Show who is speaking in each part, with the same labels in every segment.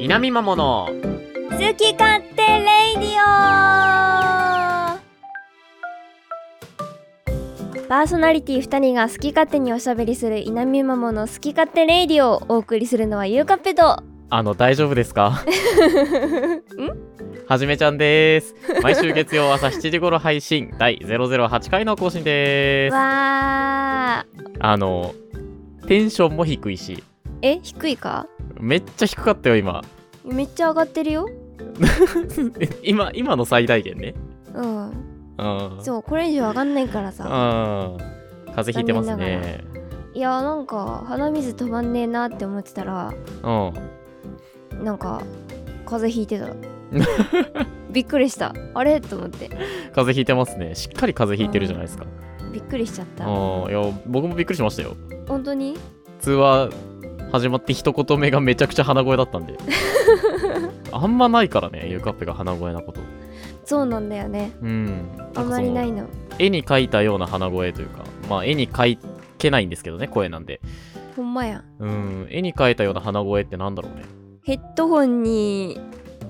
Speaker 1: 南マモの
Speaker 2: 好き勝手レイディオパーソナリティ2人が好き勝手におしゃべりする稲見マモの好き勝手レイディオをお送りするのはゆうかっぺと
Speaker 1: あの大丈夫です か
Speaker 2: ん
Speaker 1: はじめちゃんです毎週月曜朝7時頃配信第008回の更新です
Speaker 2: わー
Speaker 1: あのテンションも低いし
Speaker 2: え低いか
Speaker 1: めっちゃ低かったよ今
Speaker 2: めっちゃ上がってるよ
Speaker 1: 今今の最大限ね
Speaker 2: うん
Speaker 1: うん
Speaker 2: そうこれ以上上がんないから
Speaker 1: うん
Speaker 2: さ
Speaker 1: 風邪ひいてますね
Speaker 2: いやなんか鼻水止まんねえなって思ってたら
Speaker 1: うん
Speaker 2: なんか風邪ひ いてたびっくりしたあれと思って
Speaker 1: 風邪ひいてますねしっかり風邪ひいてるじゃないですか
Speaker 2: びっくりしちゃった
Speaker 1: うんいや僕もびっくりしましたよ
Speaker 2: 本当に
Speaker 1: 通話始まって一言目がめちゃくちゃ鼻声だったん であんまないからねゆかっぺが鼻声なこと
Speaker 2: そうなんだよね
Speaker 1: うん
Speaker 2: あんまりないの
Speaker 1: 絵に描いたような鼻声というかまあ絵に描けないんですけどね声なんで
Speaker 2: ほんまや
Speaker 1: うん絵に描いたような鼻声ってなんだろうね
Speaker 2: ヘッドホンに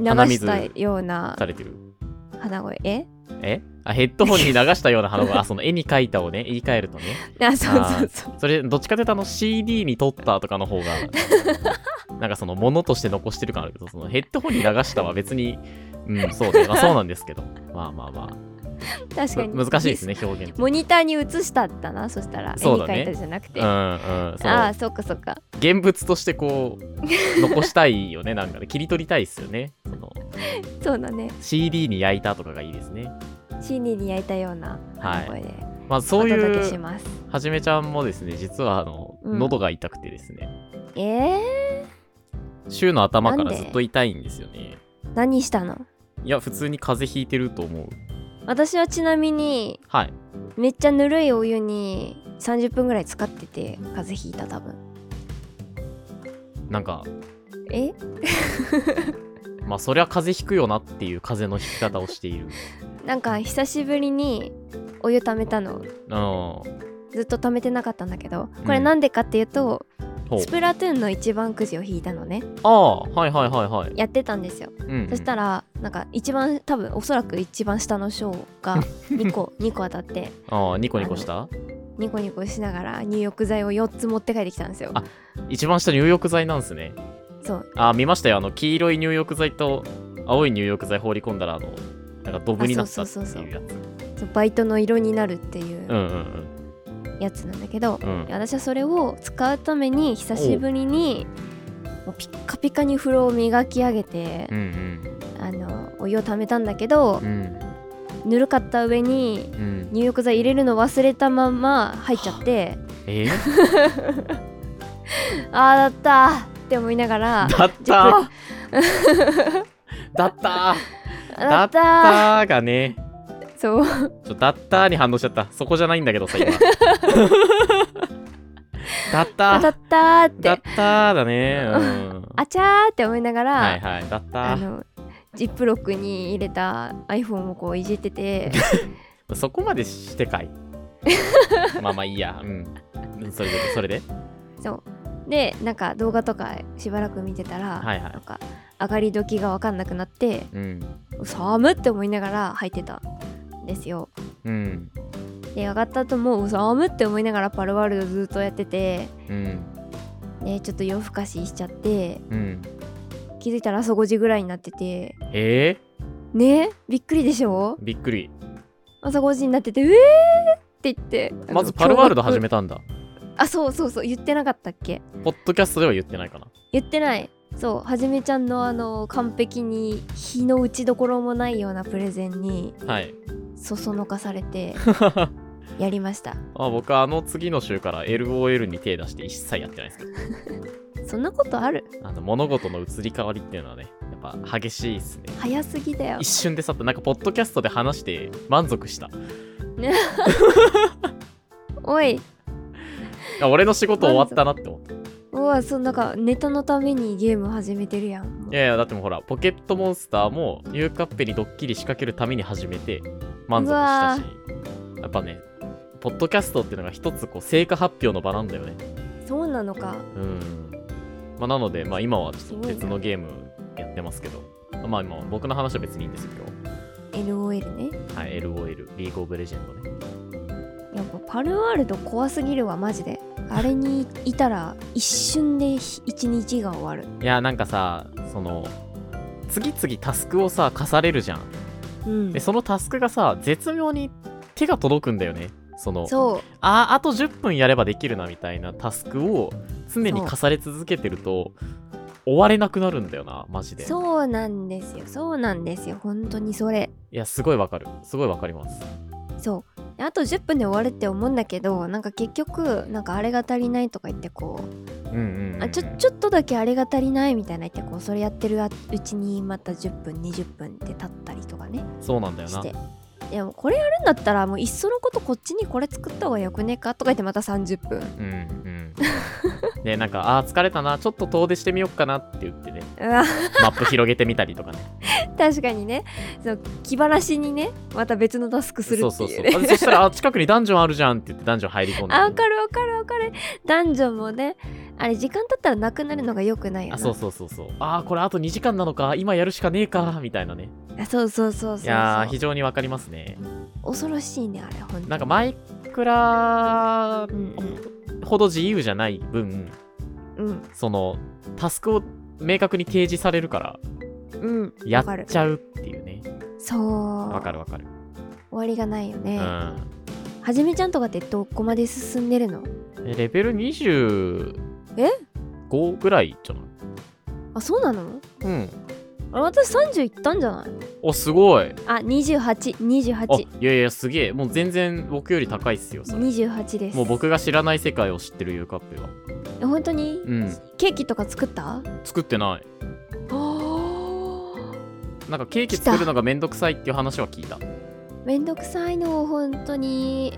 Speaker 2: 流したような
Speaker 1: されてる
Speaker 2: 鼻声え
Speaker 1: えあヘッドホンに流したような鼻声あその絵に描いたをね言い換えるとね
Speaker 2: あそうそうそう
Speaker 1: それどっちかというとあの CD に撮ったとかの方 がなんかそのものとして残してる感あるけどそのヘッドホンに流したは別にうんそうねまあそうなんですけど まあまあまあ
Speaker 2: 確かに
Speaker 1: む難しいですね表現って
Speaker 2: モニターに映したったなそしたら絵
Speaker 1: そう
Speaker 2: に
Speaker 1: だね
Speaker 2: 描いたじゃなくて、
Speaker 1: うんうんそ
Speaker 2: ああ
Speaker 1: う
Speaker 2: そっかそっか
Speaker 1: 現物としてこう残したいよね なんかね切り取りたいですよねその
Speaker 2: そうだね
Speaker 1: CD に焼いたとかがいいですね
Speaker 2: CD に焼いたような鼻声で
Speaker 1: まあ
Speaker 2: お
Speaker 1: そう
Speaker 2: 届け
Speaker 1: い
Speaker 2: し
Speaker 1: う
Speaker 2: ます、
Speaker 1: はじめちゃんもですね実はあの
Speaker 2: うん
Speaker 1: 喉が痛くてですね、
Speaker 2: え
Speaker 1: 週の頭か
Speaker 2: な
Speaker 1: ら
Speaker 2: んで
Speaker 1: ずっと痛いんですよね
Speaker 2: ー、何したの
Speaker 1: いや普通に風邪ひいてると思う
Speaker 2: 私はちなみに
Speaker 1: はい
Speaker 2: めっちゃぬるいお湯に30分ぐらい使ってて風邪ひいた多分
Speaker 1: なんか
Speaker 2: え
Speaker 1: まあそりゃ風邪ひくよなっていう風邪のひき方をしてい る。
Speaker 2: なんか久しぶりにお湯溜めたの
Speaker 1: うん。ほ
Speaker 2: ずっと溜めてなかったんだけど
Speaker 1: ん
Speaker 2: これなんでかっていうと、
Speaker 1: う
Speaker 2: スプラトゥーンの一番くじを引いたのね
Speaker 1: ああはいはいはいはい。
Speaker 2: やってたんですよ、
Speaker 1: うんうん、
Speaker 2: そした
Speaker 1: ら
Speaker 2: らなんか一番多分おそらく一番下の章 が2個2個当たって
Speaker 1: ああニコニコした
Speaker 2: ニコニコしながら入浴剤を4つ持って帰ってきたんですよ
Speaker 1: あ一番下入浴剤なんですね。
Speaker 2: そう
Speaker 1: ああ見ましたよあの黄色い入浴剤と青い入浴剤放り込んだらあのなんかドブになった
Speaker 2: あ
Speaker 1: っ
Speaker 2: そ
Speaker 1: て
Speaker 2: うそうそうそう
Speaker 1: いうやつ。
Speaker 2: そうバイトの色になるってい
Speaker 1: うんう
Speaker 2: うんやつなんだけど、
Speaker 1: うんうん。
Speaker 2: 私はそれを使うために久しぶりにもうピッカピカに風呂を磨き上げて
Speaker 1: う、ん
Speaker 2: あのお湯をためたんだけど
Speaker 1: うんうん
Speaker 2: ぬるかった上に
Speaker 1: うん。
Speaker 2: 入浴剤入れるの忘れたまま入っちゃって
Speaker 1: え ー、
Speaker 2: ああだったーって思いながら
Speaker 1: だっただっただ
Speaker 2: だ
Speaker 1: っ
Speaker 2: ったー
Speaker 1: たーがね
Speaker 2: そう
Speaker 1: ちょだったーに反応しちゃったそこじゃないんだけどさ 今だったー
Speaker 2: だったーっ
Speaker 1: だってたーだね。うん、
Speaker 2: あちゃーって思いながら、
Speaker 1: はいはい、だった
Speaker 2: あ
Speaker 1: ー
Speaker 2: のジップロックに入れた iPhone をこういじっ てて
Speaker 1: そこまでしてかい。まあまあいいや。うん。それで、それで。
Speaker 2: そうでなんか動画とかしばらく見てたら、
Speaker 1: はいはい
Speaker 2: なんか上がり時が分かんなくなって
Speaker 1: うん。
Speaker 2: 寒って思いながら履いてたんですよ
Speaker 1: うん。
Speaker 2: で上がった後も寒って思いながらパルワールドずっとやってて
Speaker 1: うん。
Speaker 2: でちょっと夜更かししちゃって
Speaker 1: うん。
Speaker 2: 気づいたら朝5時ぐらいになってて
Speaker 1: え
Speaker 2: ねびっくりでしょ
Speaker 1: ー、びっくり。
Speaker 2: 朝5時になっててうえーって言って
Speaker 1: まずパルワールド始
Speaker 2: め
Speaker 1: めたんだ。
Speaker 2: あそうそうそう言ってなかったっけ
Speaker 1: ポッドキャストでは言ってないかな。
Speaker 2: 言ってないそうはじめちゃんのあの完璧に日の打ちどころもないようなプレゼンに
Speaker 1: はい。
Speaker 2: そそのかされて やりました
Speaker 1: あ僕はあの次の週から LOL に手出して一切やってないですけど。
Speaker 2: そんなことある
Speaker 1: あの物事の移り変わりっていうのはね、やっぱ激しいっすね。
Speaker 2: 早すぎだよ
Speaker 1: 一瞬で去った。なんかポッドキャストで話して満足した。
Speaker 2: おい
Speaker 1: あ俺の仕事終わったなって思った
Speaker 2: うわそうなんかネタのためにゲーム始めてるやん
Speaker 1: いやいやだってもうほらポケットモンスターもユーカッペにドッキリ仕掛けるために始めて満足したしやっぱねポッドキャストっていうのが一つこう成果発表の場なんだよね
Speaker 2: そうなのか
Speaker 1: うんまあ、なので、まあ、今はちょっと別のゲームやってますけど、まあ、今僕の話は別にいいんですけど、
Speaker 2: LOL ね
Speaker 1: はい、LOL、リーグオブレジェンドね。
Speaker 2: やっぱパルワールド怖すぎるわマジであれにいたら一瞬で一日が終わる
Speaker 1: いや、なんかさ、その、次々タスクをさ、課されるじゃん。
Speaker 2: うん
Speaker 1: で、そのタスクがさ、絶妙に手が届くんだよね。その、
Speaker 2: そう
Speaker 1: ああと10分やればできるなみたいなタスクを常に課され続けてると、終われなくなるんだよな、マジで。い
Speaker 2: そうなんですよそうなんですよ本当にそれ
Speaker 1: や、すごいわかる。すごいわかります。
Speaker 2: そうであと10分で終わるって思うんだけどなんか結局なんかあれが足りないとか言ってこ
Speaker 1: うんうん、う。
Speaker 2: うんあちょちょっとだけあれが足りないみたいな言ってこうそれやってるうちにまた10分20分って経ったりとかね
Speaker 1: そうなんだよ
Speaker 2: し
Speaker 1: な
Speaker 2: て。いやもうこれやるんだったらもういっそのことこっちにこれ作った方がよくねえかとか言ってまた30分
Speaker 1: うんうん、でなんか「あー疲れたなちょっと遠出してみようかな」って言ってね
Speaker 2: うわ
Speaker 1: マップ広げてみたりとかね
Speaker 2: 確かにねそう気晴らしにねまた別のタスク する
Speaker 1: そう
Speaker 2: って
Speaker 1: そう
Speaker 2: い
Speaker 1: そうう
Speaker 2: ね
Speaker 1: あでそしたら「あ近くにダンジョンあるじゃん」って言ってダンジョン入り込んで、
Speaker 2: あわかるわかるわかるダンジョンもねあれ時間経ったらなくなるのがよくないよな
Speaker 1: あそうそうそうそうあーこれあと2時間なのか今やるしかねえかみたいなね
Speaker 2: あそうそうそうそうそう
Speaker 1: いやー非常にわかりますね
Speaker 2: 恐ろしいねあれほんと
Speaker 1: なんかマイクラ
Speaker 2: うん
Speaker 1: ほど自由じゃない分
Speaker 2: うんうん
Speaker 1: そのタスクを明確に提示されるから
Speaker 2: うん
Speaker 1: や
Speaker 2: わかる
Speaker 1: っちゃうっていうね
Speaker 2: そう
Speaker 1: わかるわかる、
Speaker 2: 終わりがないよね、
Speaker 1: うん
Speaker 2: はじめちゃんとかってどこまで進んでるの
Speaker 1: えレベル20
Speaker 2: え
Speaker 1: 5ぐらいじゃない
Speaker 2: あそうなの
Speaker 1: うん
Speaker 2: あ私30いったんじゃない
Speaker 1: おすごい
Speaker 2: あ2828
Speaker 1: あいやいやすげえもう全然僕より高いっすよそれ
Speaker 2: 28です
Speaker 1: もう僕が知らない世界を知ってるゆうかっぺは
Speaker 2: え本当に、
Speaker 1: うん
Speaker 2: ケーキとか作った
Speaker 1: 作ってない
Speaker 2: あ
Speaker 1: なんかケーキ作るのがめんどくさいっていう話は聞いた
Speaker 2: めんどくさいの本当に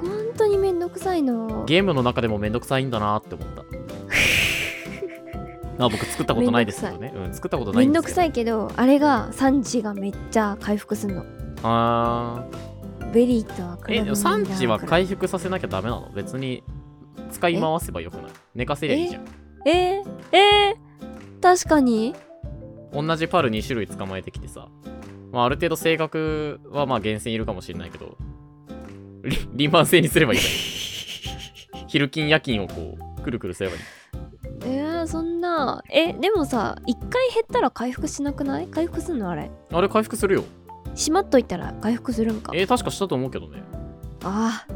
Speaker 2: 本当にめんどくさいの
Speaker 1: ゲームの中でもめんどくさいんだなって思 ったあ僕作ったことないですけどねうん作ったことな
Speaker 2: め
Speaker 1: い
Speaker 2: ん
Speaker 1: んで
Speaker 2: ど
Speaker 1: す
Speaker 2: く
Speaker 1: けど
Speaker 2: さいけどあれが産地がめっちゃ回復すんの
Speaker 1: あ
Speaker 2: ベリーとは
Speaker 1: ーえでも産地は回復させなきゃダメなの別に使い回せばよくない寝かせりゃいいじゃん
Speaker 2: えー、えー、確かに
Speaker 1: 同じパル2種類捕まえてきてさ、まあ、ある程度性格はまあ厳選いるかもしれないけどリ リンマン制にすればいいじゃ ん昼金夜勤をこうくるくるすればいい
Speaker 2: えー、そんなえでもさ一回減ったら回復しなくない回復すんのあれ
Speaker 1: あれ回復するよ
Speaker 2: しまっといたら回復するんか
Speaker 1: えー確かしたと思うけどね
Speaker 2: あー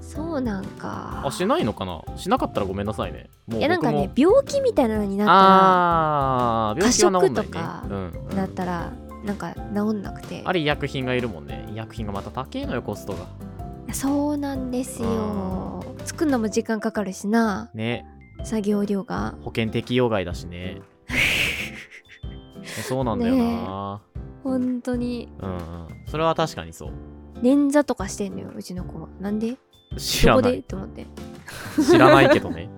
Speaker 2: そうなんか
Speaker 1: あしないのかなしなかったらごめんなさいねもう
Speaker 2: い
Speaker 1: い
Speaker 2: やなんかね病気みたいなのになっ
Speaker 1: ああー病気は治んないね
Speaker 2: 過食とか
Speaker 1: うんう
Speaker 2: た
Speaker 1: ん
Speaker 2: らなったらなんか治んなくて
Speaker 1: あれ医薬品がいるもんね医薬品がまた高えのよコストが
Speaker 2: そうなんですよ作るのも時間かかるしな
Speaker 1: ね
Speaker 2: 作業量が
Speaker 1: 保険適用外だし ねそうなんだよな、
Speaker 2: 本当に
Speaker 1: うんうんそれは確かにそう
Speaker 2: 捻挫とかしてんのようちの子はなんで
Speaker 1: 知
Speaker 2: ど
Speaker 1: ら
Speaker 2: こ
Speaker 1: な
Speaker 2: で
Speaker 1: い
Speaker 2: と思って
Speaker 1: 知らないけどね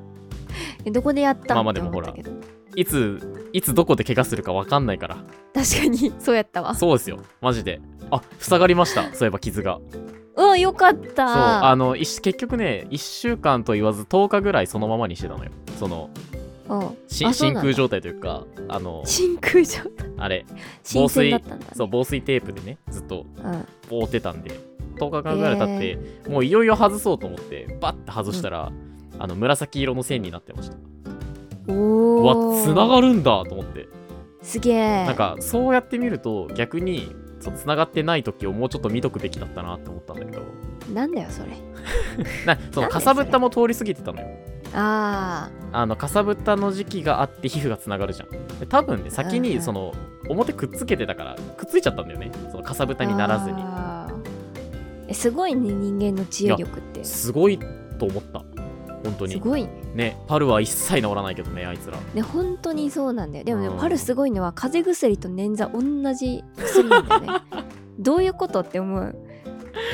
Speaker 2: えどこでやった
Speaker 1: まあまあ
Speaker 2: のって
Speaker 1: でも
Speaker 2: 思ったけど、
Speaker 1: いついつどこで怪我するか分かんないから
Speaker 2: 確かに そうやったわ
Speaker 1: そうですよマジであ塞がりましたそういえば傷がそう
Speaker 2: うんよかった
Speaker 1: あの一結局ね1週間と言わず10日ぐらいそのままにしてたのよその
Speaker 2: うん
Speaker 1: し
Speaker 2: あそ
Speaker 1: 真
Speaker 2: うなんだ
Speaker 1: 空状態というかあの
Speaker 2: 真空状態
Speaker 1: あれ
Speaker 2: 新鮮だったんだ、ね、
Speaker 1: そう防水テープでねずっと
Speaker 2: うん
Speaker 1: 覆ってたんで10日間ぐらい経って、もういよいよ外そうと思ってバッて外したら、あの紫色の線になってましたうわ
Speaker 2: おお
Speaker 1: つながるんだと思って
Speaker 2: すげえ
Speaker 1: なんかそうやってみると逆にそう繋がってない時をもうちょっと見とくべきだったなって思ったんだけど
Speaker 2: なんだよそれ
Speaker 1: なそ
Speaker 2: なんでそれ
Speaker 1: のかさぶったも通り過ぎてたのよ
Speaker 2: あ
Speaker 1: あのかさぶったの時期があって皮膚がつながるじゃんで多分ね先
Speaker 2: うんう
Speaker 1: に
Speaker 2: ん
Speaker 1: その表くっつけてたからくっついちゃったんだよねそのかさぶ
Speaker 2: あ
Speaker 1: たにならずに
Speaker 2: あーえすごいね人間の知恵力ってす
Speaker 1: すごいと思った本当に
Speaker 2: ごいね
Speaker 1: ねパルは一切治らないけどねあいつら
Speaker 2: ね本当にそうなんだよでもね
Speaker 1: うん
Speaker 2: パルすごいのは風邪薬と捻挫同じ薬なんだよね どういうことって思う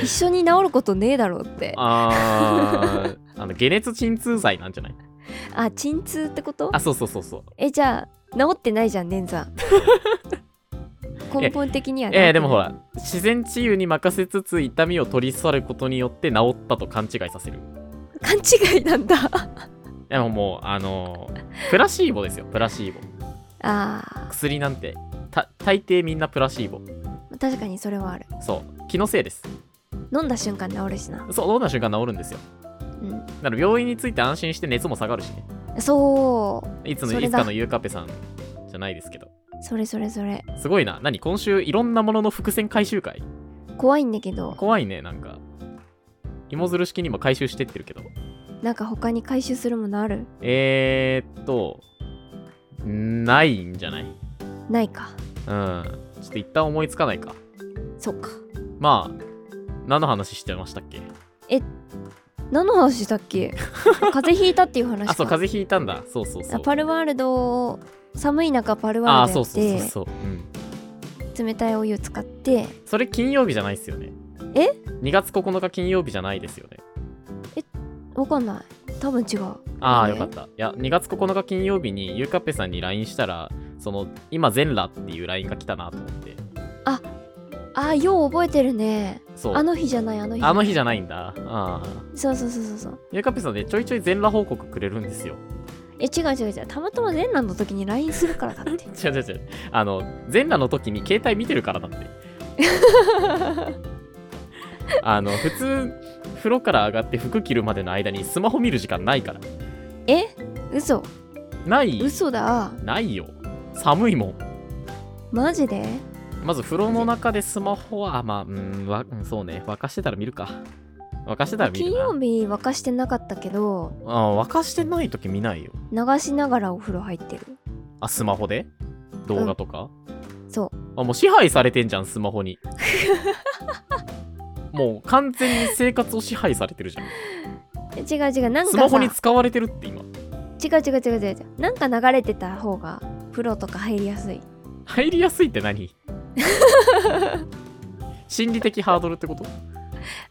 Speaker 2: 一緒に治ることねえだろうってあ
Speaker 1: あーあの解熱鎮痛剤なんじゃない
Speaker 2: 鎮痛ってこと
Speaker 1: あそうそうそうそう
Speaker 2: えじゃあ治ってないじゃん捻 挫根本的には治ってない
Speaker 1: えー、でもほら自然治癒に任せつつ痛みを取り去ることによって治ったと勘違いさせる
Speaker 2: 勘違いなんだ
Speaker 1: でももうあのープラシーボですよプラシーボ
Speaker 2: あ
Speaker 1: 薬なんてた大抵みんなプラシーボ
Speaker 2: ー確かにそれはある
Speaker 1: そう気のせいです
Speaker 2: 飲んだ瞬間治るしな
Speaker 1: そう飲んだ瞬間治るんですよ
Speaker 2: う
Speaker 1: だから病院について安心して熱も下がるしね
Speaker 2: んそ
Speaker 1: いつ
Speaker 2: そ
Speaker 1: の
Speaker 2: れ
Speaker 1: いつ
Speaker 2: だ
Speaker 1: かのゆうかぺさんじゃないですけど
Speaker 2: うそれそれそれ
Speaker 1: すごいな何今週いろんなものの伏線回収会
Speaker 2: 怖いんだけど
Speaker 1: 怖いねなんか芋づる式にも回収してってるけど
Speaker 2: なんか他に回収するものある
Speaker 1: えー、っとないんじゃないうん
Speaker 2: ないか
Speaker 1: ちょっと一旦思いつかないか
Speaker 2: そっか
Speaker 1: まあ何の話してましたっけ
Speaker 2: 何の話したっ け風邪ひいたっていう話か
Speaker 1: あそう風邪ひいたんだそうそうそう
Speaker 2: あパルワールド寒い中パル
Speaker 1: あ
Speaker 2: ワ
Speaker 1: あ
Speaker 2: ール
Speaker 1: そ
Speaker 2: ド
Speaker 1: う
Speaker 2: やっ
Speaker 1: そうそう
Speaker 2: て
Speaker 1: そう、うん、
Speaker 2: 冷たいお湯使って
Speaker 1: それ金曜日じゃないですよね
Speaker 2: え
Speaker 1: ?2 月9日金曜日じゃないですよね
Speaker 2: わかんない多分違う
Speaker 1: ああ、
Speaker 2: え
Speaker 1: よかった。いや、2月9日金曜日にゆうかっぺさんに LINE したら、その、今、全裸っていう LINE が来たなと思って。
Speaker 2: あーよう覚えてるね
Speaker 1: そう。
Speaker 2: あの日じゃないあの日
Speaker 1: あの日じゃないんだ。ああ。
Speaker 2: そうそうそうそうそう
Speaker 1: ゆうかっぺさんね、ちょいちょい全裸報告くれるんですよ。
Speaker 2: え違う違う違うたまたま全裸の時に LINE するからだって
Speaker 1: 違う違う違う。あの、全裸の時に携帯見てるからだ って。あの、普通、風呂から上がって服着るまでの間にスマホ見る時間ないから。
Speaker 2: え嘘
Speaker 1: ない、
Speaker 2: 嘘だ
Speaker 1: ないよ。寒いもん。
Speaker 2: マジで
Speaker 1: まず風呂の中でスマホは、あまあ、うん、わうんそうね、沸かしてたら見るか。沸かしてたら見
Speaker 2: 金
Speaker 1: るな。
Speaker 2: 曜日沸かしてなかったけど
Speaker 1: あ沸かしてない時見ないよ。
Speaker 2: 流しながらお風呂入ってる
Speaker 1: あ、スマホで動画とか、
Speaker 2: そ
Speaker 1: あ、もう支配されてんじゃん、スマホ に。もう完全に生活を支配されてるじゃん。
Speaker 2: うえ違う違うなんか
Speaker 1: ス
Speaker 2: さ
Speaker 1: マホに使われてるって今。
Speaker 2: 違う違う違う違う違うなんか流れてた方が風呂とか入りやすい
Speaker 1: 入りやすいって 何心理的ハードルってこと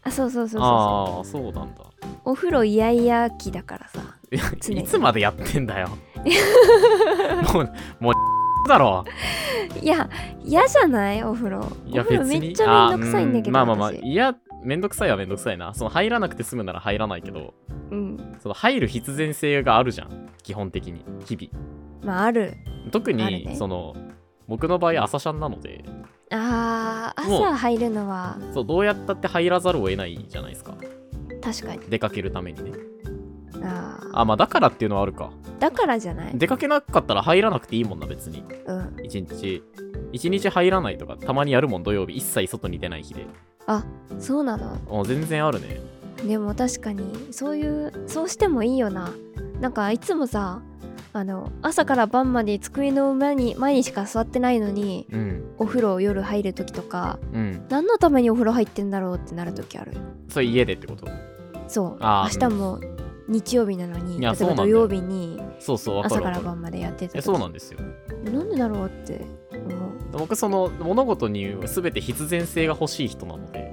Speaker 2: あそうそうそうそ
Speaker 1: ああ、そうなんだ。
Speaker 2: うお風呂イヤイヤ期だからさ
Speaker 1: いや
Speaker 2: 常に
Speaker 1: いつまでやってんだ よ。もう、もう、 だろ。
Speaker 2: いや嫌じゃないお風呂
Speaker 1: いや
Speaker 2: お風
Speaker 1: 別
Speaker 2: 呂
Speaker 1: に
Speaker 2: めっちゃめんどくさいんだ
Speaker 1: あ
Speaker 2: けど
Speaker 1: うまあまあまあ
Speaker 2: 私
Speaker 1: いやめんどくさいはめんどくさいなその入らなくて済むなら入らないけど
Speaker 2: うん
Speaker 1: その入る必然性があるじゃん基本的に日
Speaker 2: まあある
Speaker 1: 々特
Speaker 2: あ
Speaker 1: に、
Speaker 2: るね
Speaker 1: その僕の場合朝シャンなので
Speaker 2: あー
Speaker 1: もう
Speaker 2: 朝入るのは
Speaker 1: そうどうやったって入らざるを得ないじゃないですか
Speaker 2: 確かに
Speaker 1: 出かけるためにね
Speaker 2: あー
Speaker 1: あまあだからっていうのはあるか
Speaker 2: だからじゃない
Speaker 1: 出かけなかったら入らなくていいもんな別に
Speaker 2: うん
Speaker 1: 一日一日入らないとかたまにやるもん土曜日一切外に出ない日で
Speaker 2: そうなの
Speaker 1: あ全然あるね
Speaker 2: でも確かにそういうそうしてもいいよななんかいつもさあの朝から晩まで机の上に前にしか座ってないのに
Speaker 1: うん
Speaker 2: お風呂夜入る時とか
Speaker 1: うん
Speaker 2: 何のためにお風呂入ってんだろうってなる時ある
Speaker 1: それ家でってこと
Speaker 2: そう
Speaker 1: あ
Speaker 2: 明
Speaker 1: ー
Speaker 2: 日も日曜日なのに
Speaker 1: い
Speaker 2: 例え
Speaker 1: や
Speaker 2: ば
Speaker 1: そうなんだ
Speaker 2: 土
Speaker 1: よ
Speaker 2: 曜日に
Speaker 1: そうそうわか
Speaker 2: 朝
Speaker 1: る
Speaker 2: か
Speaker 1: わからる
Speaker 2: 晩までやってた
Speaker 1: え
Speaker 2: 時
Speaker 1: そうなんですよ
Speaker 2: なんでだろうって思う
Speaker 1: 僕その物事に全て必然性が欲しい人なの で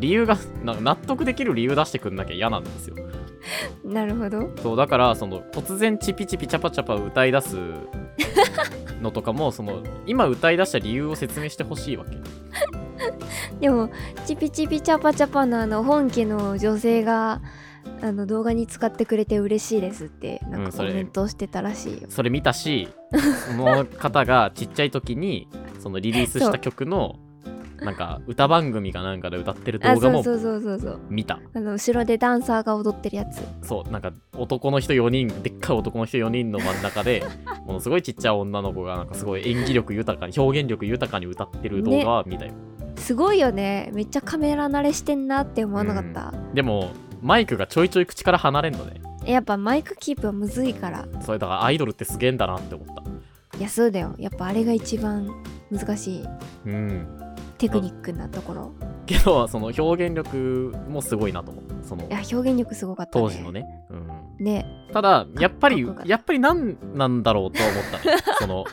Speaker 1: 理由がなんか納得できる理由出してくんなきゃ嫌なんですよ
Speaker 2: なるほど
Speaker 1: そうだからその突然チピチピチャパチャパ歌い出すのとかもその今歌い出した理由を説明してほしいわけ
Speaker 2: でもチピチピチャパチャパのあの本家の女性があの動画に使ってくれて嬉しいですってなん
Speaker 1: うん
Speaker 2: か
Speaker 1: そ
Speaker 2: コ
Speaker 1: れ
Speaker 2: メントをしてたらしいよ、
Speaker 1: それ見たしその方がちっちゃい時にそのリリースした曲のなんか歌番組かなんかで歌ってる
Speaker 2: あ
Speaker 1: 動画
Speaker 2: そ
Speaker 1: も
Speaker 2: うそうそうそうそう
Speaker 1: 見た
Speaker 2: あの後ろでダンサーが踊ってるやつ
Speaker 1: そうなんか男の人4人でっかい男の人4人の真ん中でものすごいちっちゃい女の子がなんかすごい演技力豊かに表現力豊かに歌ってる動画は見たよ、
Speaker 2: すごいよねめっちゃカメラ慣れしてんなって思わなかった、
Speaker 1: でもマイクがちょいちょい口から離れんのね
Speaker 2: やっぱマイクキープはむずいから
Speaker 1: それだからアイドルってすげえんだなって思った
Speaker 2: いやそうだよやっぱあれが一番難しい
Speaker 1: うん
Speaker 2: テクニックなところ
Speaker 1: けどその表現力もすごいなと思ったその
Speaker 2: いや表現力すごかったね
Speaker 1: 当時のね、うん、
Speaker 2: ね
Speaker 1: ただやっぱり
Speaker 2: かっこよかった
Speaker 1: やっぱり何なんだろうとは思ったねその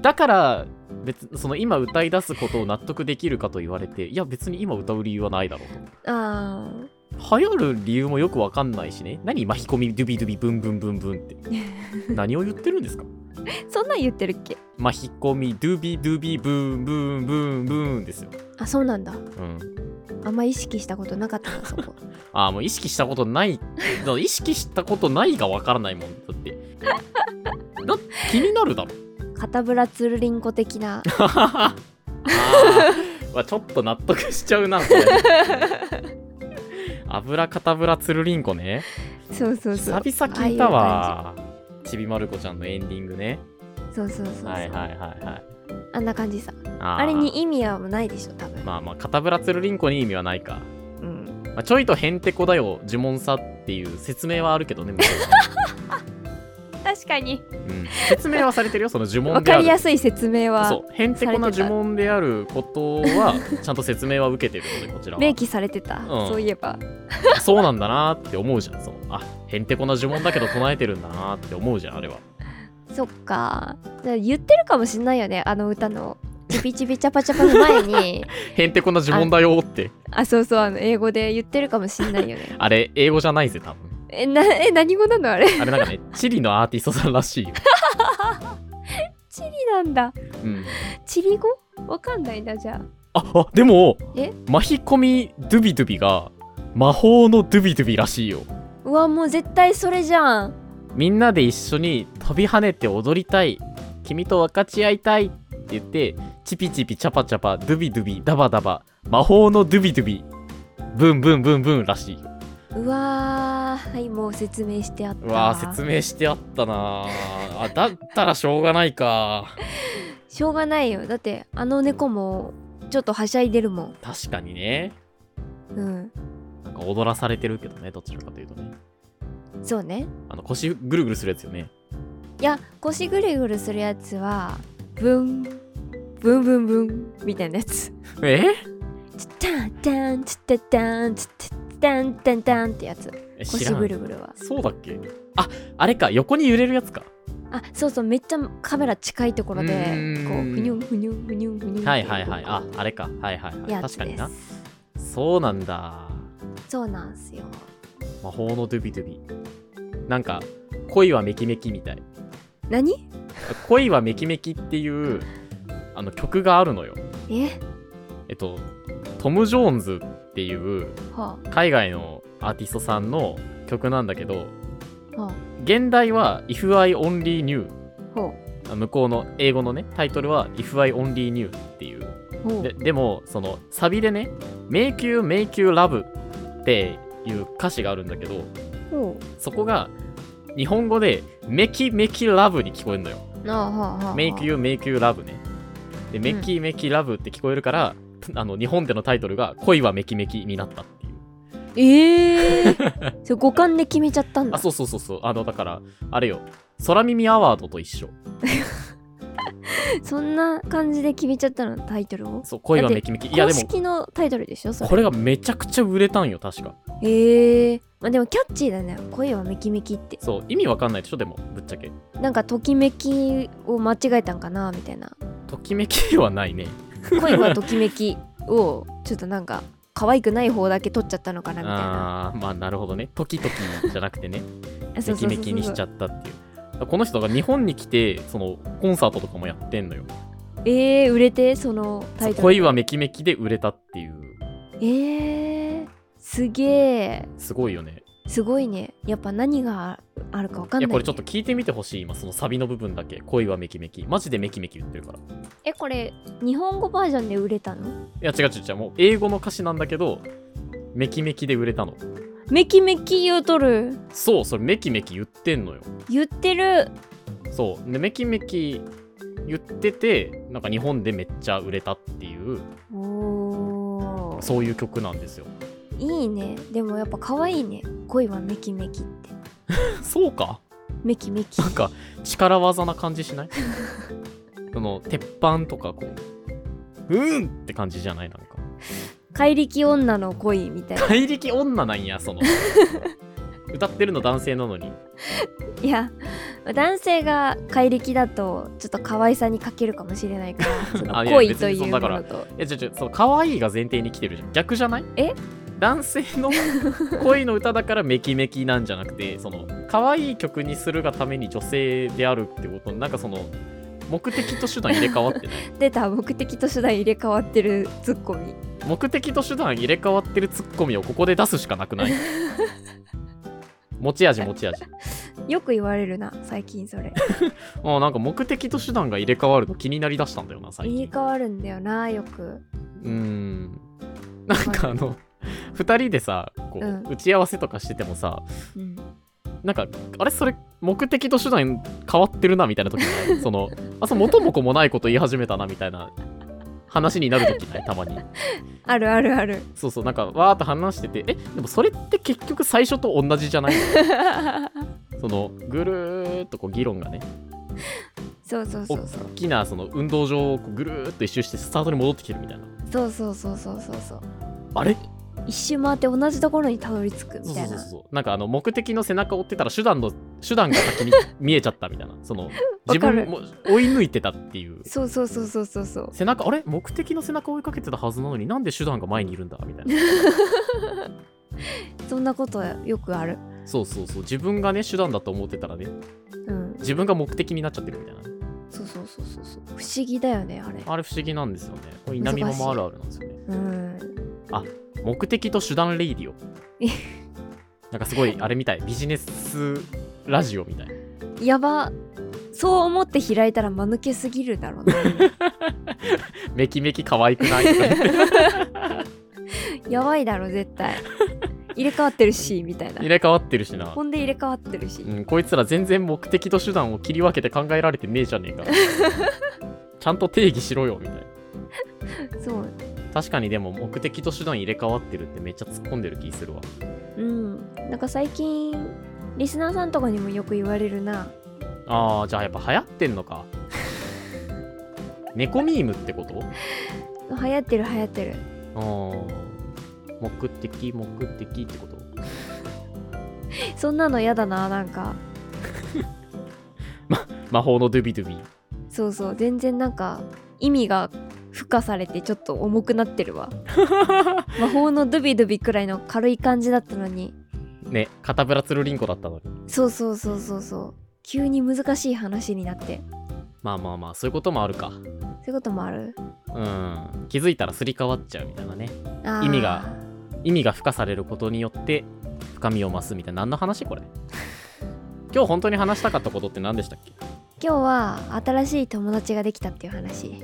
Speaker 1: だから別その今歌い出すことを納得できるかと言われていや別に今歌う理由はないだろうと
Speaker 2: あー
Speaker 1: 流行る理由もよくわかんないしね何巻き込みドゥビドゥビブンブンブンブンって 何を言ってるんですか
Speaker 2: そんなん言ってるっけ
Speaker 1: 巻き込みドゥビドゥビブンブンブンブンですよ、
Speaker 2: あそうなんだ
Speaker 1: うん、
Speaker 2: あんま意識したことなかったな そこ
Speaker 1: ああもう意識したことないだから意識したことないがわからないもんだってだって気になるだろ
Speaker 2: 肩ぶらつるりんこ的 な
Speaker 1: あー まあちょっと納得しちゃうなこ れ油かたぶらつるりんこね
Speaker 2: そうそうそう
Speaker 1: 久々聞いたわちびまる子ちゃんのエンディングね
Speaker 2: ああいう感じそうそうそうそう、
Speaker 1: はいはいはいはい
Speaker 2: あんな感じさ
Speaker 1: あー
Speaker 2: あれに意味はもうないでしょ多分、
Speaker 1: まあまあ肩ぶらつるりんこに意味はないか、
Speaker 2: うん、
Speaker 1: まあ、ちょいとへんてこだよ呪文さっていう説明はあるけどね向こ
Speaker 2: 確かに
Speaker 1: うは うん、説明はされてるよその呪
Speaker 2: わ
Speaker 1: 文で
Speaker 2: か
Speaker 1: あ
Speaker 2: り
Speaker 1: る
Speaker 2: やすい説明は
Speaker 1: そうへんてこな呪文であることはちゃんと説明は受けてるのでこちら
Speaker 2: 明
Speaker 1: は
Speaker 2: 記されてた、
Speaker 1: うん
Speaker 2: そういえば
Speaker 1: そうなんだなって思うじゃんそのあへんてこな呪文だけど唱えてるんだなって思うじゃんあれは
Speaker 2: そっかじゃあ言ってるかもしんないよねあの歌のチビチビチャパチャパの前に
Speaker 1: へんてこな呪文だよって
Speaker 2: あそうそうあの英語で言ってるかもしんないよね
Speaker 1: あれ英語じゃないぜ多分
Speaker 2: えなえ何語なのあれ
Speaker 1: あれなん かねチリのアーティストさんらしいよ、
Speaker 2: チリなんだ
Speaker 1: うん、
Speaker 2: チリ語わかんないなじゃ
Speaker 1: ああでも
Speaker 2: え
Speaker 1: マヒコミドゥビドゥビが魔法のドゥビドゥビらしいよ
Speaker 2: あうわもう絶対それじゃん
Speaker 1: みんなで一緒に飛び跳ねて踊りたい君と分かち合いたいって言ってチピチピチャパチャパドゥビドゥビダバダバ魔法のドゥビドゥビブンブンブンブンらしいよ
Speaker 2: うわーはいもう説明してあった
Speaker 1: うわー説明してあったなーあだったらしょうがないか
Speaker 2: しょうがないよだってあの猫もちょっとはしゃいでるもん
Speaker 1: 確かにね
Speaker 2: うん
Speaker 1: なんか踊らされてるけどねどちらかというとね
Speaker 2: そうね
Speaker 1: あの腰ぐるぐるするやつよね
Speaker 2: いや腰ぐるぐるするやつはブンブンブンブンみたいなやつ
Speaker 1: え
Speaker 2: ツッタンタンツッタッタンツッタッタンタンタンってやつ
Speaker 1: え知
Speaker 2: 腰
Speaker 1: らん
Speaker 2: ぐるぐるは
Speaker 1: そうだっけああれか横に揺れるやつか
Speaker 2: あそうそうめっちゃカメラ近いところ
Speaker 1: う
Speaker 2: で
Speaker 1: ーん
Speaker 2: こうふにゅんふにゅんふにゅんふにゅんって
Speaker 1: はいはいはいああれかはいはいはい
Speaker 2: や
Speaker 1: 確
Speaker 2: つ
Speaker 1: かに
Speaker 2: で
Speaker 1: な
Speaker 2: す
Speaker 1: そうなんだ
Speaker 2: そうなんすよ
Speaker 1: 魔法のドゥビドゥビなんか恋はメキメキみたい
Speaker 2: 何
Speaker 1: 恋はメキメキっていうあの曲があるのよ
Speaker 2: え
Speaker 1: えっとトム・ジョーンズっていう
Speaker 2: は
Speaker 1: 海外のアーティストさんの曲なんだけど
Speaker 2: あは
Speaker 1: 現代は If I Only Knew
Speaker 2: あほ
Speaker 1: あ向こうの英語のねタイトルは If I Only Knew っていう
Speaker 2: うほ
Speaker 1: で
Speaker 2: う
Speaker 1: でもそのサビでね「Make You Make You Love」っていう歌詞があるんだけど
Speaker 2: ほ
Speaker 1: そこが日本語で「Make Make Love」に聞こえるのよ
Speaker 2: うああはあはあ
Speaker 1: 「
Speaker 2: はあ
Speaker 1: Make You Make You Love」ねで「Make Make Love」って聞こえるから、あの日本でのタイトルが「恋はメキメキ」になったっていう
Speaker 2: ええー、 それ五感で決めちゃったん
Speaker 1: あ
Speaker 2: だ
Speaker 1: そうそうそうそうあのだからあれよ空耳アワードと一緒
Speaker 2: そんな感じで決めちゃったのタイトルを
Speaker 1: そう恋は
Speaker 2: だって
Speaker 1: メキメキいや
Speaker 2: 公
Speaker 1: でも
Speaker 2: 式のタイトルでしょそれ
Speaker 1: これがめちゃくちゃ売れたんよ確か
Speaker 2: ええー、まあでもキャッチーだね声はメキメキって
Speaker 1: そう意味わかんないでしょでもぶっちゃけ
Speaker 2: なんかときめきを間違えたんかなみたいな
Speaker 1: ときめきではないね
Speaker 2: 恋はときめきをちょっとなんか可愛くない方だけ取っちゃったのかなみたいな
Speaker 1: あーまあなるほどねときときじゃなくてね
Speaker 2: あ そ
Speaker 1: メキ
Speaker 2: うそうそうそう
Speaker 1: メキにしちゃったっていうこの人が日本に来てそのコンサートとかもやってんのよ
Speaker 2: ええー、売れてそのタイトル
Speaker 1: 恋はメキメキで売れたっていう
Speaker 2: ええー、すげえ
Speaker 1: すごいよね
Speaker 2: すごいねやっぱ何があるかわかん
Speaker 1: い
Speaker 2: ない,、
Speaker 1: やこれちょっと聞いてみてほしい今そのサビの部分だけ恋はメキメキマジでメキメキ言ってるからい
Speaker 2: えこれ日本語バージョンで売れたの
Speaker 1: や違う違う違うもう英語の歌詞なんだけどメキメキで売れたの
Speaker 2: メキメキ言うとる
Speaker 1: そうそれメキメキ言ってんのよ
Speaker 2: 言ってる
Speaker 1: そうでメキメキ言っててなんか日本でめっちゃ売れたっていう
Speaker 2: おー
Speaker 1: そういう曲なんですよ
Speaker 2: いいねでもやっぱ可愛いね恋はメキメキって
Speaker 1: そうか
Speaker 2: メキメキ
Speaker 1: なんか力技な感じしない その鉄板とかこううんって感じじゃないなんか
Speaker 2: 怪力女の恋みたいな
Speaker 1: 怪力女なんやその 歌ってるの男性な のに
Speaker 2: いや男性が怪力だとちょっと可愛さに欠けるかもしれないからそ の
Speaker 1: あいや
Speaker 2: 恋
Speaker 1: 別
Speaker 2: と
Speaker 1: に
Speaker 2: い
Speaker 1: そうう
Speaker 2: も
Speaker 1: だから
Speaker 2: のと
Speaker 1: えちょちょその可愛いが前提に来てるじゃん逆じゃない男性 の恋の歌だからメキメキなんじゃなくてその可愛い曲にするがために女性であるってことなんかその目的と手段入れ替わ ってない
Speaker 2: 出た目的と手段入れ替わってるツッコミ
Speaker 1: 目的と手段入れ替わってるツッコミをここで出すしかなく ない持ち味持ち味
Speaker 2: よく言われるな最近それ
Speaker 1: もうなんか目的と手段が入れ替わるの気になりだしたんだよな最
Speaker 2: 入れ
Speaker 1: 近
Speaker 2: 替わるんだよなよく
Speaker 1: うーんなんかあの2人でさこう、
Speaker 2: うん
Speaker 1: 打ち合わせとかしててもさ
Speaker 2: うん
Speaker 1: なんかあれそれ目的と手段変わってるなみたいな時ないそのあそう元も子もないこと言い始めたなみたいな話になる時ないたまに
Speaker 2: あるあるある
Speaker 1: そうそうなんかわーっと話しててえでもそれって結局最初と同じじゃないそのぐるーっとこう議論がね
Speaker 2: そうそうそうそう
Speaker 1: 大きなその運動場をこうぐるーっと一周してスタートに戻ってきてるみたいな
Speaker 2: そうそうそうそうそうそう
Speaker 1: あれ
Speaker 2: 一周回って同じところにたどり着く
Speaker 1: そ
Speaker 2: み
Speaker 1: うそ
Speaker 2: た
Speaker 1: うそう
Speaker 2: いな
Speaker 1: そうなんかあの目的の背中を追ってたら手段の手段が先に見えちゃったみたいなその自
Speaker 2: かる
Speaker 1: 分も追い抜いてたっていう
Speaker 2: そうそうそうそうそうそう
Speaker 1: 背中あれ目的の背中を追いかけてたはずなのになんで手段が前にいるんだみたい な
Speaker 2: そんなことよくある
Speaker 1: そうそうそう自分がね手段だと思ってたらね
Speaker 2: うん
Speaker 1: 自分が目的になっちゃってるみたいな
Speaker 2: そうそうそうそうそう不思議だよねあれ
Speaker 1: あれ不思議なんですよねこれ稲見もあるあるなんですよね
Speaker 2: うん
Speaker 1: 目的と手段レイディオなんかすごいあれみたいビジネスラジオみたい
Speaker 2: やばそう思って開いたら間抜けすぎるだろうな
Speaker 1: めきめき可愛くない
Speaker 2: やばいだろ絶対入れ替わってるしみたいな
Speaker 1: 入れ替わってるしな
Speaker 2: ほんで入れ替わってるし、
Speaker 1: うん、こいつら全然目的と手段を切り分けて考えられてねえじゃねえ かちゃんと定義しろよみたいな
Speaker 2: そう
Speaker 1: 確かにでも目的と手段入れ替わってるってめっちゃ突っ込んでる気するわ
Speaker 2: うんなんか最近リスナーさんとかにもよく言われるな
Speaker 1: あーじゃあやっぱ流行ってんのか 猫ミームってこと
Speaker 2: 流行ってる流行ってる
Speaker 1: あー目的目的ってこと
Speaker 2: そんなの嫌だななんか
Speaker 1: 魔法のドゥビドゥビ
Speaker 2: そうそう全然なんか意味が付加されてちょっと重くなってる わ魔法のドゥビドゥビくらいの軽い感じだったのに
Speaker 1: ね片ブラつるりんこだったのに
Speaker 2: そうそうそうそうそう急に難しい話になって
Speaker 1: まあまあまあそういうこともあるか
Speaker 2: そういうこともある
Speaker 1: うん気づいたらすり替わっちゃうみたいなね
Speaker 2: あー
Speaker 1: 意味が意味が付加されることによって深みを増すみたいな何の話これ 今日本当に話したかったことって何でしたっけ
Speaker 2: 今日は新しい友達ができたっていう話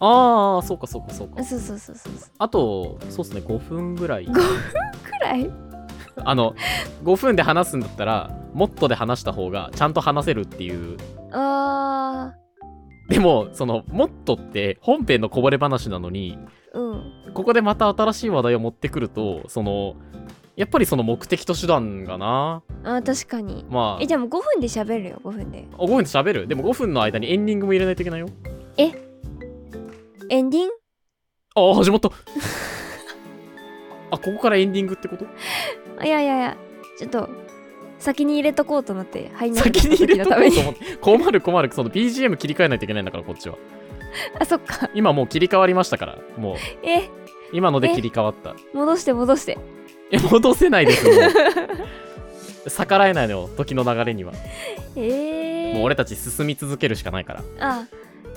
Speaker 1: ああそうかそうかそうか
Speaker 2: そうそうそうそうそう
Speaker 1: あとそうっすね5分ぐらい
Speaker 2: くらい
Speaker 1: あの5分で話すんだったらもっとで話した方がちゃんと話せるっていう
Speaker 2: あ
Speaker 1: でもそのもっとって本編のこぼれ話なのに
Speaker 2: ーうん
Speaker 1: ここでまた新しい話題を持ってくるとそのやっぱりその目的と手段がな
Speaker 2: あー確かに
Speaker 1: ま
Speaker 2: えじゃあもう5分で喋るよ5分で
Speaker 1: あ5分で喋るでも5分の間にエンディングも入れないといけないよ
Speaker 2: エンディング
Speaker 1: ああ始まった あここからエンディングって こと
Speaker 2: あいやいやいやちょっと先に入れとこうと思って入んなかった
Speaker 1: 先に入れとこ
Speaker 2: 時のため
Speaker 1: うと
Speaker 2: に
Speaker 1: 思って困る困るその BGM 切り替えないといけないんだからこっちは
Speaker 2: あそっか
Speaker 1: 今もう切り替わりましたからもう
Speaker 2: え
Speaker 1: 今ので
Speaker 2: え
Speaker 1: 切り替わったい
Speaker 2: 戻して戻して
Speaker 1: や戻せないですよも う逆らえないのよ時の流れにはも
Speaker 2: えー、
Speaker 1: う俺たち進み続けるしかないから
Speaker 2: あ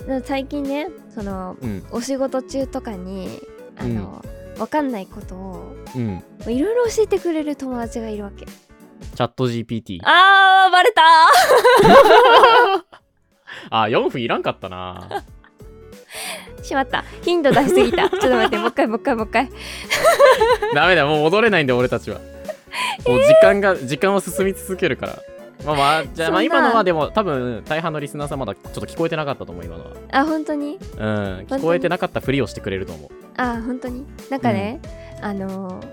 Speaker 2: な最近ねその
Speaker 1: うん
Speaker 2: お仕事中とかにあの、わかんないことを
Speaker 1: うん
Speaker 2: いろいろ教えてくれる友達がいるわけ
Speaker 1: チャット GPT
Speaker 2: あーバレたー
Speaker 1: あ4分いらんかったな
Speaker 2: しまった頻度出しすぎ たちょっと待ってもう一回もう一回もう一回
Speaker 1: ダメだもう戻れないんだよ俺たちはもう時間が、時間を進み続けるからまあまあじゃあまあ
Speaker 2: そんな
Speaker 1: 今のはでも多分大半のリスナーさんまだちょっと聞こえてなかったと思う今のは
Speaker 2: あ本当に
Speaker 1: うん
Speaker 2: 当
Speaker 1: 聞
Speaker 2: に
Speaker 1: こえてなかったふりをしてくれると思う
Speaker 2: あ本当になんかね、あのー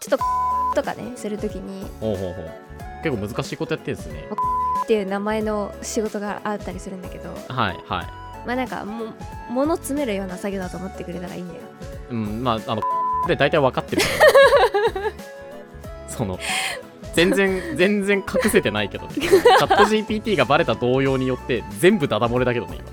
Speaker 2: ちょっととかねするときに
Speaker 1: ほうほうほう結構難しいことやってるんですね
Speaker 2: っていう名前の仕事があったりするんだけど
Speaker 1: はいは
Speaker 2: まあなんかも物詰めるような作業だと思ってくれたらいいんだよ
Speaker 1: いうんまああので大体分かって るその全然全然隠せてないけどねチャット GPT がバレた動揺によって全部ダダ漏れだけどね今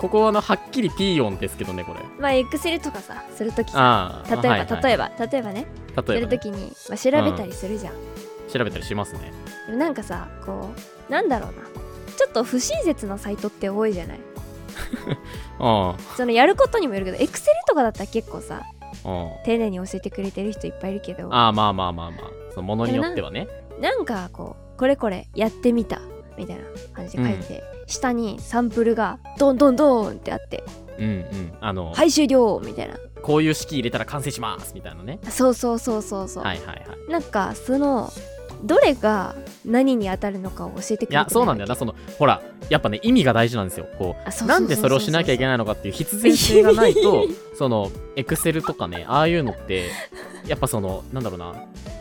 Speaker 1: ここはあのはっきりピーヨンですけどねこれ
Speaker 2: まあエクセルとかさするときさ
Speaker 1: あ
Speaker 2: 例えば、例
Speaker 1: え
Speaker 2: えば例えばね
Speaker 1: ば
Speaker 2: や
Speaker 1: 例え
Speaker 2: る
Speaker 1: ば
Speaker 2: と
Speaker 1: ね、
Speaker 2: きに、まあ、調べたりするじゃん、
Speaker 1: 調べたりしますね
Speaker 2: でもなんかさこうなんだろうなちょっと不親切なサイトって多いじゃない
Speaker 1: あ
Speaker 2: そのやることにもよるけどエクセルとかだったら結構さ
Speaker 1: あうん
Speaker 2: 丁寧に教えてくれてる人いっぱいいるけど
Speaker 1: ああまあまあまあまあそのものによってはね
Speaker 2: なんかこうこれこれやってみたみたいな感じで書いて、下にサンプルがドンドンドンってあって
Speaker 1: うんうんあの、
Speaker 2: はい終了みたいな
Speaker 1: こういう式入れたら完成しますみたいなね
Speaker 2: そうそうそうそうそう、
Speaker 1: はいはいはい
Speaker 2: なんかそのどれが何に当たるのかを教えてくれて
Speaker 1: いやそうなんだよなそのほらやっぱね意味が大事なんですよこう
Speaker 2: あそうそうそうそう
Speaker 1: なんでそれをしなきゃいけないのかっていう必然性がない とそのエクセルとかねああいうのってやっぱそのなんだろうな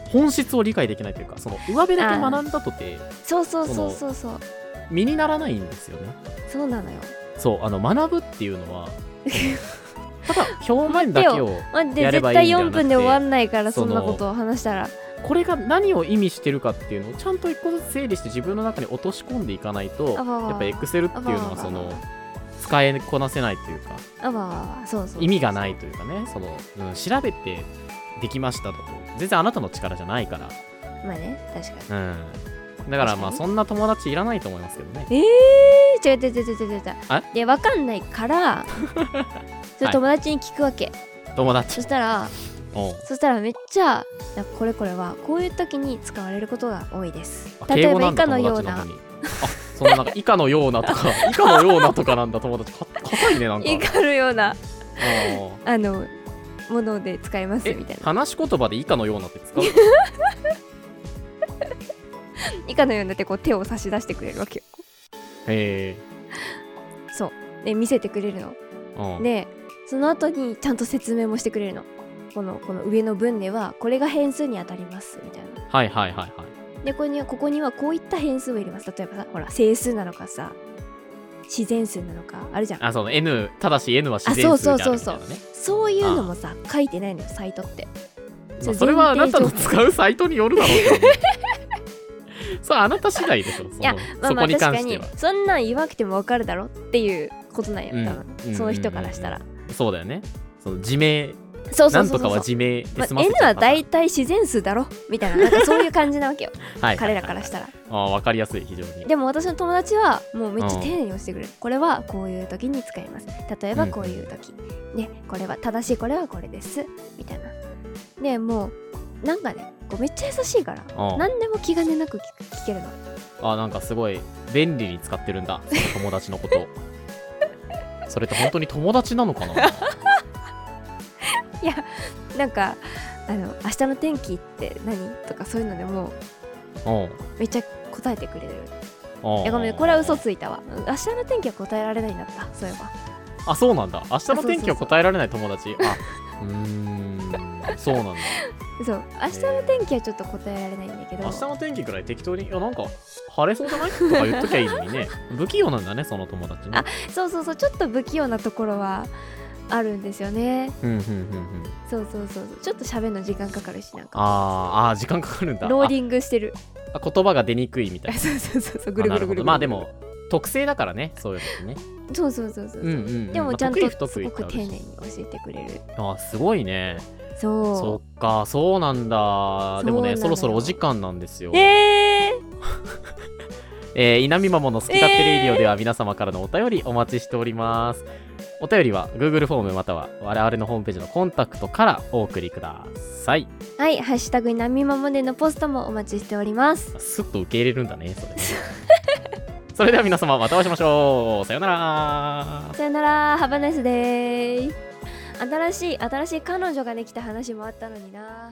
Speaker 1: 本質を理解できないというかその上辺だけ学んだとて
Speaker 2: そうそうそうそうそう
Speaker 1: 身にならないんですよね
Speaker 2: そうなのよ
Speaker 1: そうあの学ぶっていうのはただ表面だけを
Speaker 2: 待って
Speaker 1: やれ
Speaker 2: 絶
Speaker 1: ばいいん
Speaker 2: 対
Speaker 1: じゃなく
Speaker 2: 4
Speaker 1: て
Speaker 2: 分で終わんないからそ
Speaker 1: そ
Speaker 2: ん
Speaker 1: の
Speaker 2: なことを話したら
Speaker 1: これが何を意味してるかっていうのをちゃんと一個ずつ整理して自分の中に落とし込んでいかないと
Speaker 2: あわわわ
Speaker 1: やっぱエクセルっていうのはそ
Speaker 2: あわわ
Speaker 1: の
Speaker 2: わ
Speaker 1: 使いこなせないというか
Speaker 2: あわわわそうそう
Speaker 1: 意味がないというかねその、うん、調べてできましただと全然あなたの力じゃないから、
Speaker 2: まあね確かに
Speaker 1: うん、だからま
Speaker 2: 確か
Speaker 1: あ
Speaker 2: に
Speaker 1: そんな友達いらないと思いますけどね
Speaker 2: ええ違う違う違う違う違う違う
Speaker 1: あ
Speaker 2: で分かんないから それ友達に聞くわけ、
Speaker 1: 友達
Speaker 2: そしたら
Speaker 1: おう
Speaker 2: そしたらめっちゃなんかこれこれはこういう時に使われることが多いです
Speaker 1: あ
Speaker 2: 例
Speaker 1: 敬
Speaker 2: え
Speaker 1: 語
Speaker 2: ば
Speaker 1: な
Speaker 2: 以
Speaker 1: んだ
Speaker 2: 下のよう
Speaker 1: 友
Speaker 2: な
Speaker 1: 達のにあそんななんか以下のようなとか 以下のようなとかなんだ友達か硬いねなんか
Speaker 2: 以下のような
Speaker 1: おう
Speaker 2: あのもので使います
Speaker 1: え
Speaker 2: みたいな
Speaker 1: 話し言葉で以下のようなって 使う
Speaker 2: 以下のようなってこう手を差し出してくれるわけよ
Speaker 1: へえ
Speaker 2: そうで見せてくれるの
Speaker 1: うん
Speaker 2: でその後にちゃんと説明もしてくれるのこのこの上の文ではこれが変数に当たりますみたいな
Speaker 1: はいはいはいはい
Speaker 2: でここにはここにはこういった変数を入れます例えばさほら整数なのかさ自然数なのかあるじゃん
Speaker 1: あその N ただし N は自然数であるみたいな
Speaker 2: あそう
Speaker 1: ね
Speaker 2: そうそういうのもさ書いてないのよサイトって
Speaker 1: まあそれはあなたの使うサイトによるだろうけど ねそうあなた次第でしょその
Speaker 2: いやまあ
Speaker 1: そ
Speaker 2: まあ
Speaker 1: こに
Speaker 2: 確
Speaker 1: 関
Speaker 2: か
Speaker 1: して
Speaker 2: に
Speaker 1: は
Speaker 2: そんなん言わなくてもわかるだろっていうことなんよ
Speaker 1: うん
Speaker 2: 多分その人からしたら
Speaker 1: うんそうだよねその自明
Speaker 2: そうそ
Speaker 1: な
Speaker 2: うん
Speaker 1: と
Speaker 2: そう
Speaker 1: か
Speaker 2: そ
Speaker 1: は
Speaker 2: う
Speaker 1: 自明で
Speaker 2: ま
Speaker 1: 済
Speaker 2: あ
Speaker 1: ませ
Speaker 2: N
Speaker 1: ちゃ
Speaker 2: は
Speaker 1: ったから
Speaker 2: 大体自然数だろみたいななんかそういう感じなわけよ
Speaker 1: はい
Speaker 2: 彼らからしたら
Speaker 1: ああ分かりやすい非常に
Speaker 2: でも私の友達はもうめっちゃ丁寧に教えてくれる、これはこういう時に使います例えばこういう時、ねこれは正しいこれはこれですみたいなでもうなんかねこうめっちゃ優しいから
Speaker 1: あ
Speaker 2: 何でも気兼ねなく聞聞けるの
Speaker 1: あなんかすごい便利に使ってるんだその友達のこと それって本当に友達なのかな
Speaker 2: なんかあの明日の天気って何とかそういうのでも
Speaker 1: うん
Speaker 2: めっちゃ答えてくれる
Speaker 1: うん
Speaker 2: いやごめんこれは嘘ついたわうん明日の天気は答えられないんだったそういえば
Speaker 1: あそうなんだ明日の天気
Speaker 2: そうそう
Speaker 1: を
Speaker 2: そう
Speaker 1: 答えられない友達あうーんそうなんだ
Speaker 2: そう明日の天気はちょっと答えられないんだけど
Speaker 1: 明日の天気くらい適当に「いやなんか晴れそうじゃない?」とか言っときゃいいのに ね不器用なんだねその友達ね
Speaker 2: あそうそうそうちょっと不器用なところはあるんですよね
Speaker 1: うんうんうんうん
Speaker 2: そうそうそうそうちょっと喋るの時間かかるしなんか
Speaker 1: あーあー時間かかるんだ
Speaker 2: ローディングしてる
Speaker 1: ああ言葉が出にくいみたいな
Speaker 2: そうそうそうそう ぐるぐ
Speaker 1: あなるほ
Speaker 2: るぐるぐる
Speaker 1: どまあでも特性だからねそういうのってね
Speaker 2: そうそうそうそう、
Speaker 1: うんうん、うん、
Speaker 2: でもちゃん
Speaker 1: まあ
Speaker 2: とす
Speaker 1: 得意
Speaker 2: ご
Speaker 1: 不得意っ
Speaker 2: く
Speaker 1: て
Speaker 2: 丁
Speaker 1: あ
Speaker 2: 寧
Speaker 1: るし
Speaker 2: に教えてくれる
Speaker 1: あーすごいね
Speaker 2: そう
Speaker 1: そっかそうなんだでも
Speaker 2: そうなのよ
Speaker 1: ねそろそろお時間なんですよ
Speaker 2: えー、
Speaker 1: えー、稲見マモの好き勝手レイディオでは皆様からのお便りお待ちしております。お便りは Google フォームまたは我々のホームページのコンタクトからお送りください。
Speaker 2: はい「ハッシュタグなみまもね」のポストもお待ちしております
Speaker 1: すっと受け入れるんだね、それ。それでは皆様またお会いしましょう。さようなら。
Speaker 2: さよならハバナイスデー新しい新しい彼女ができた話もあったのにな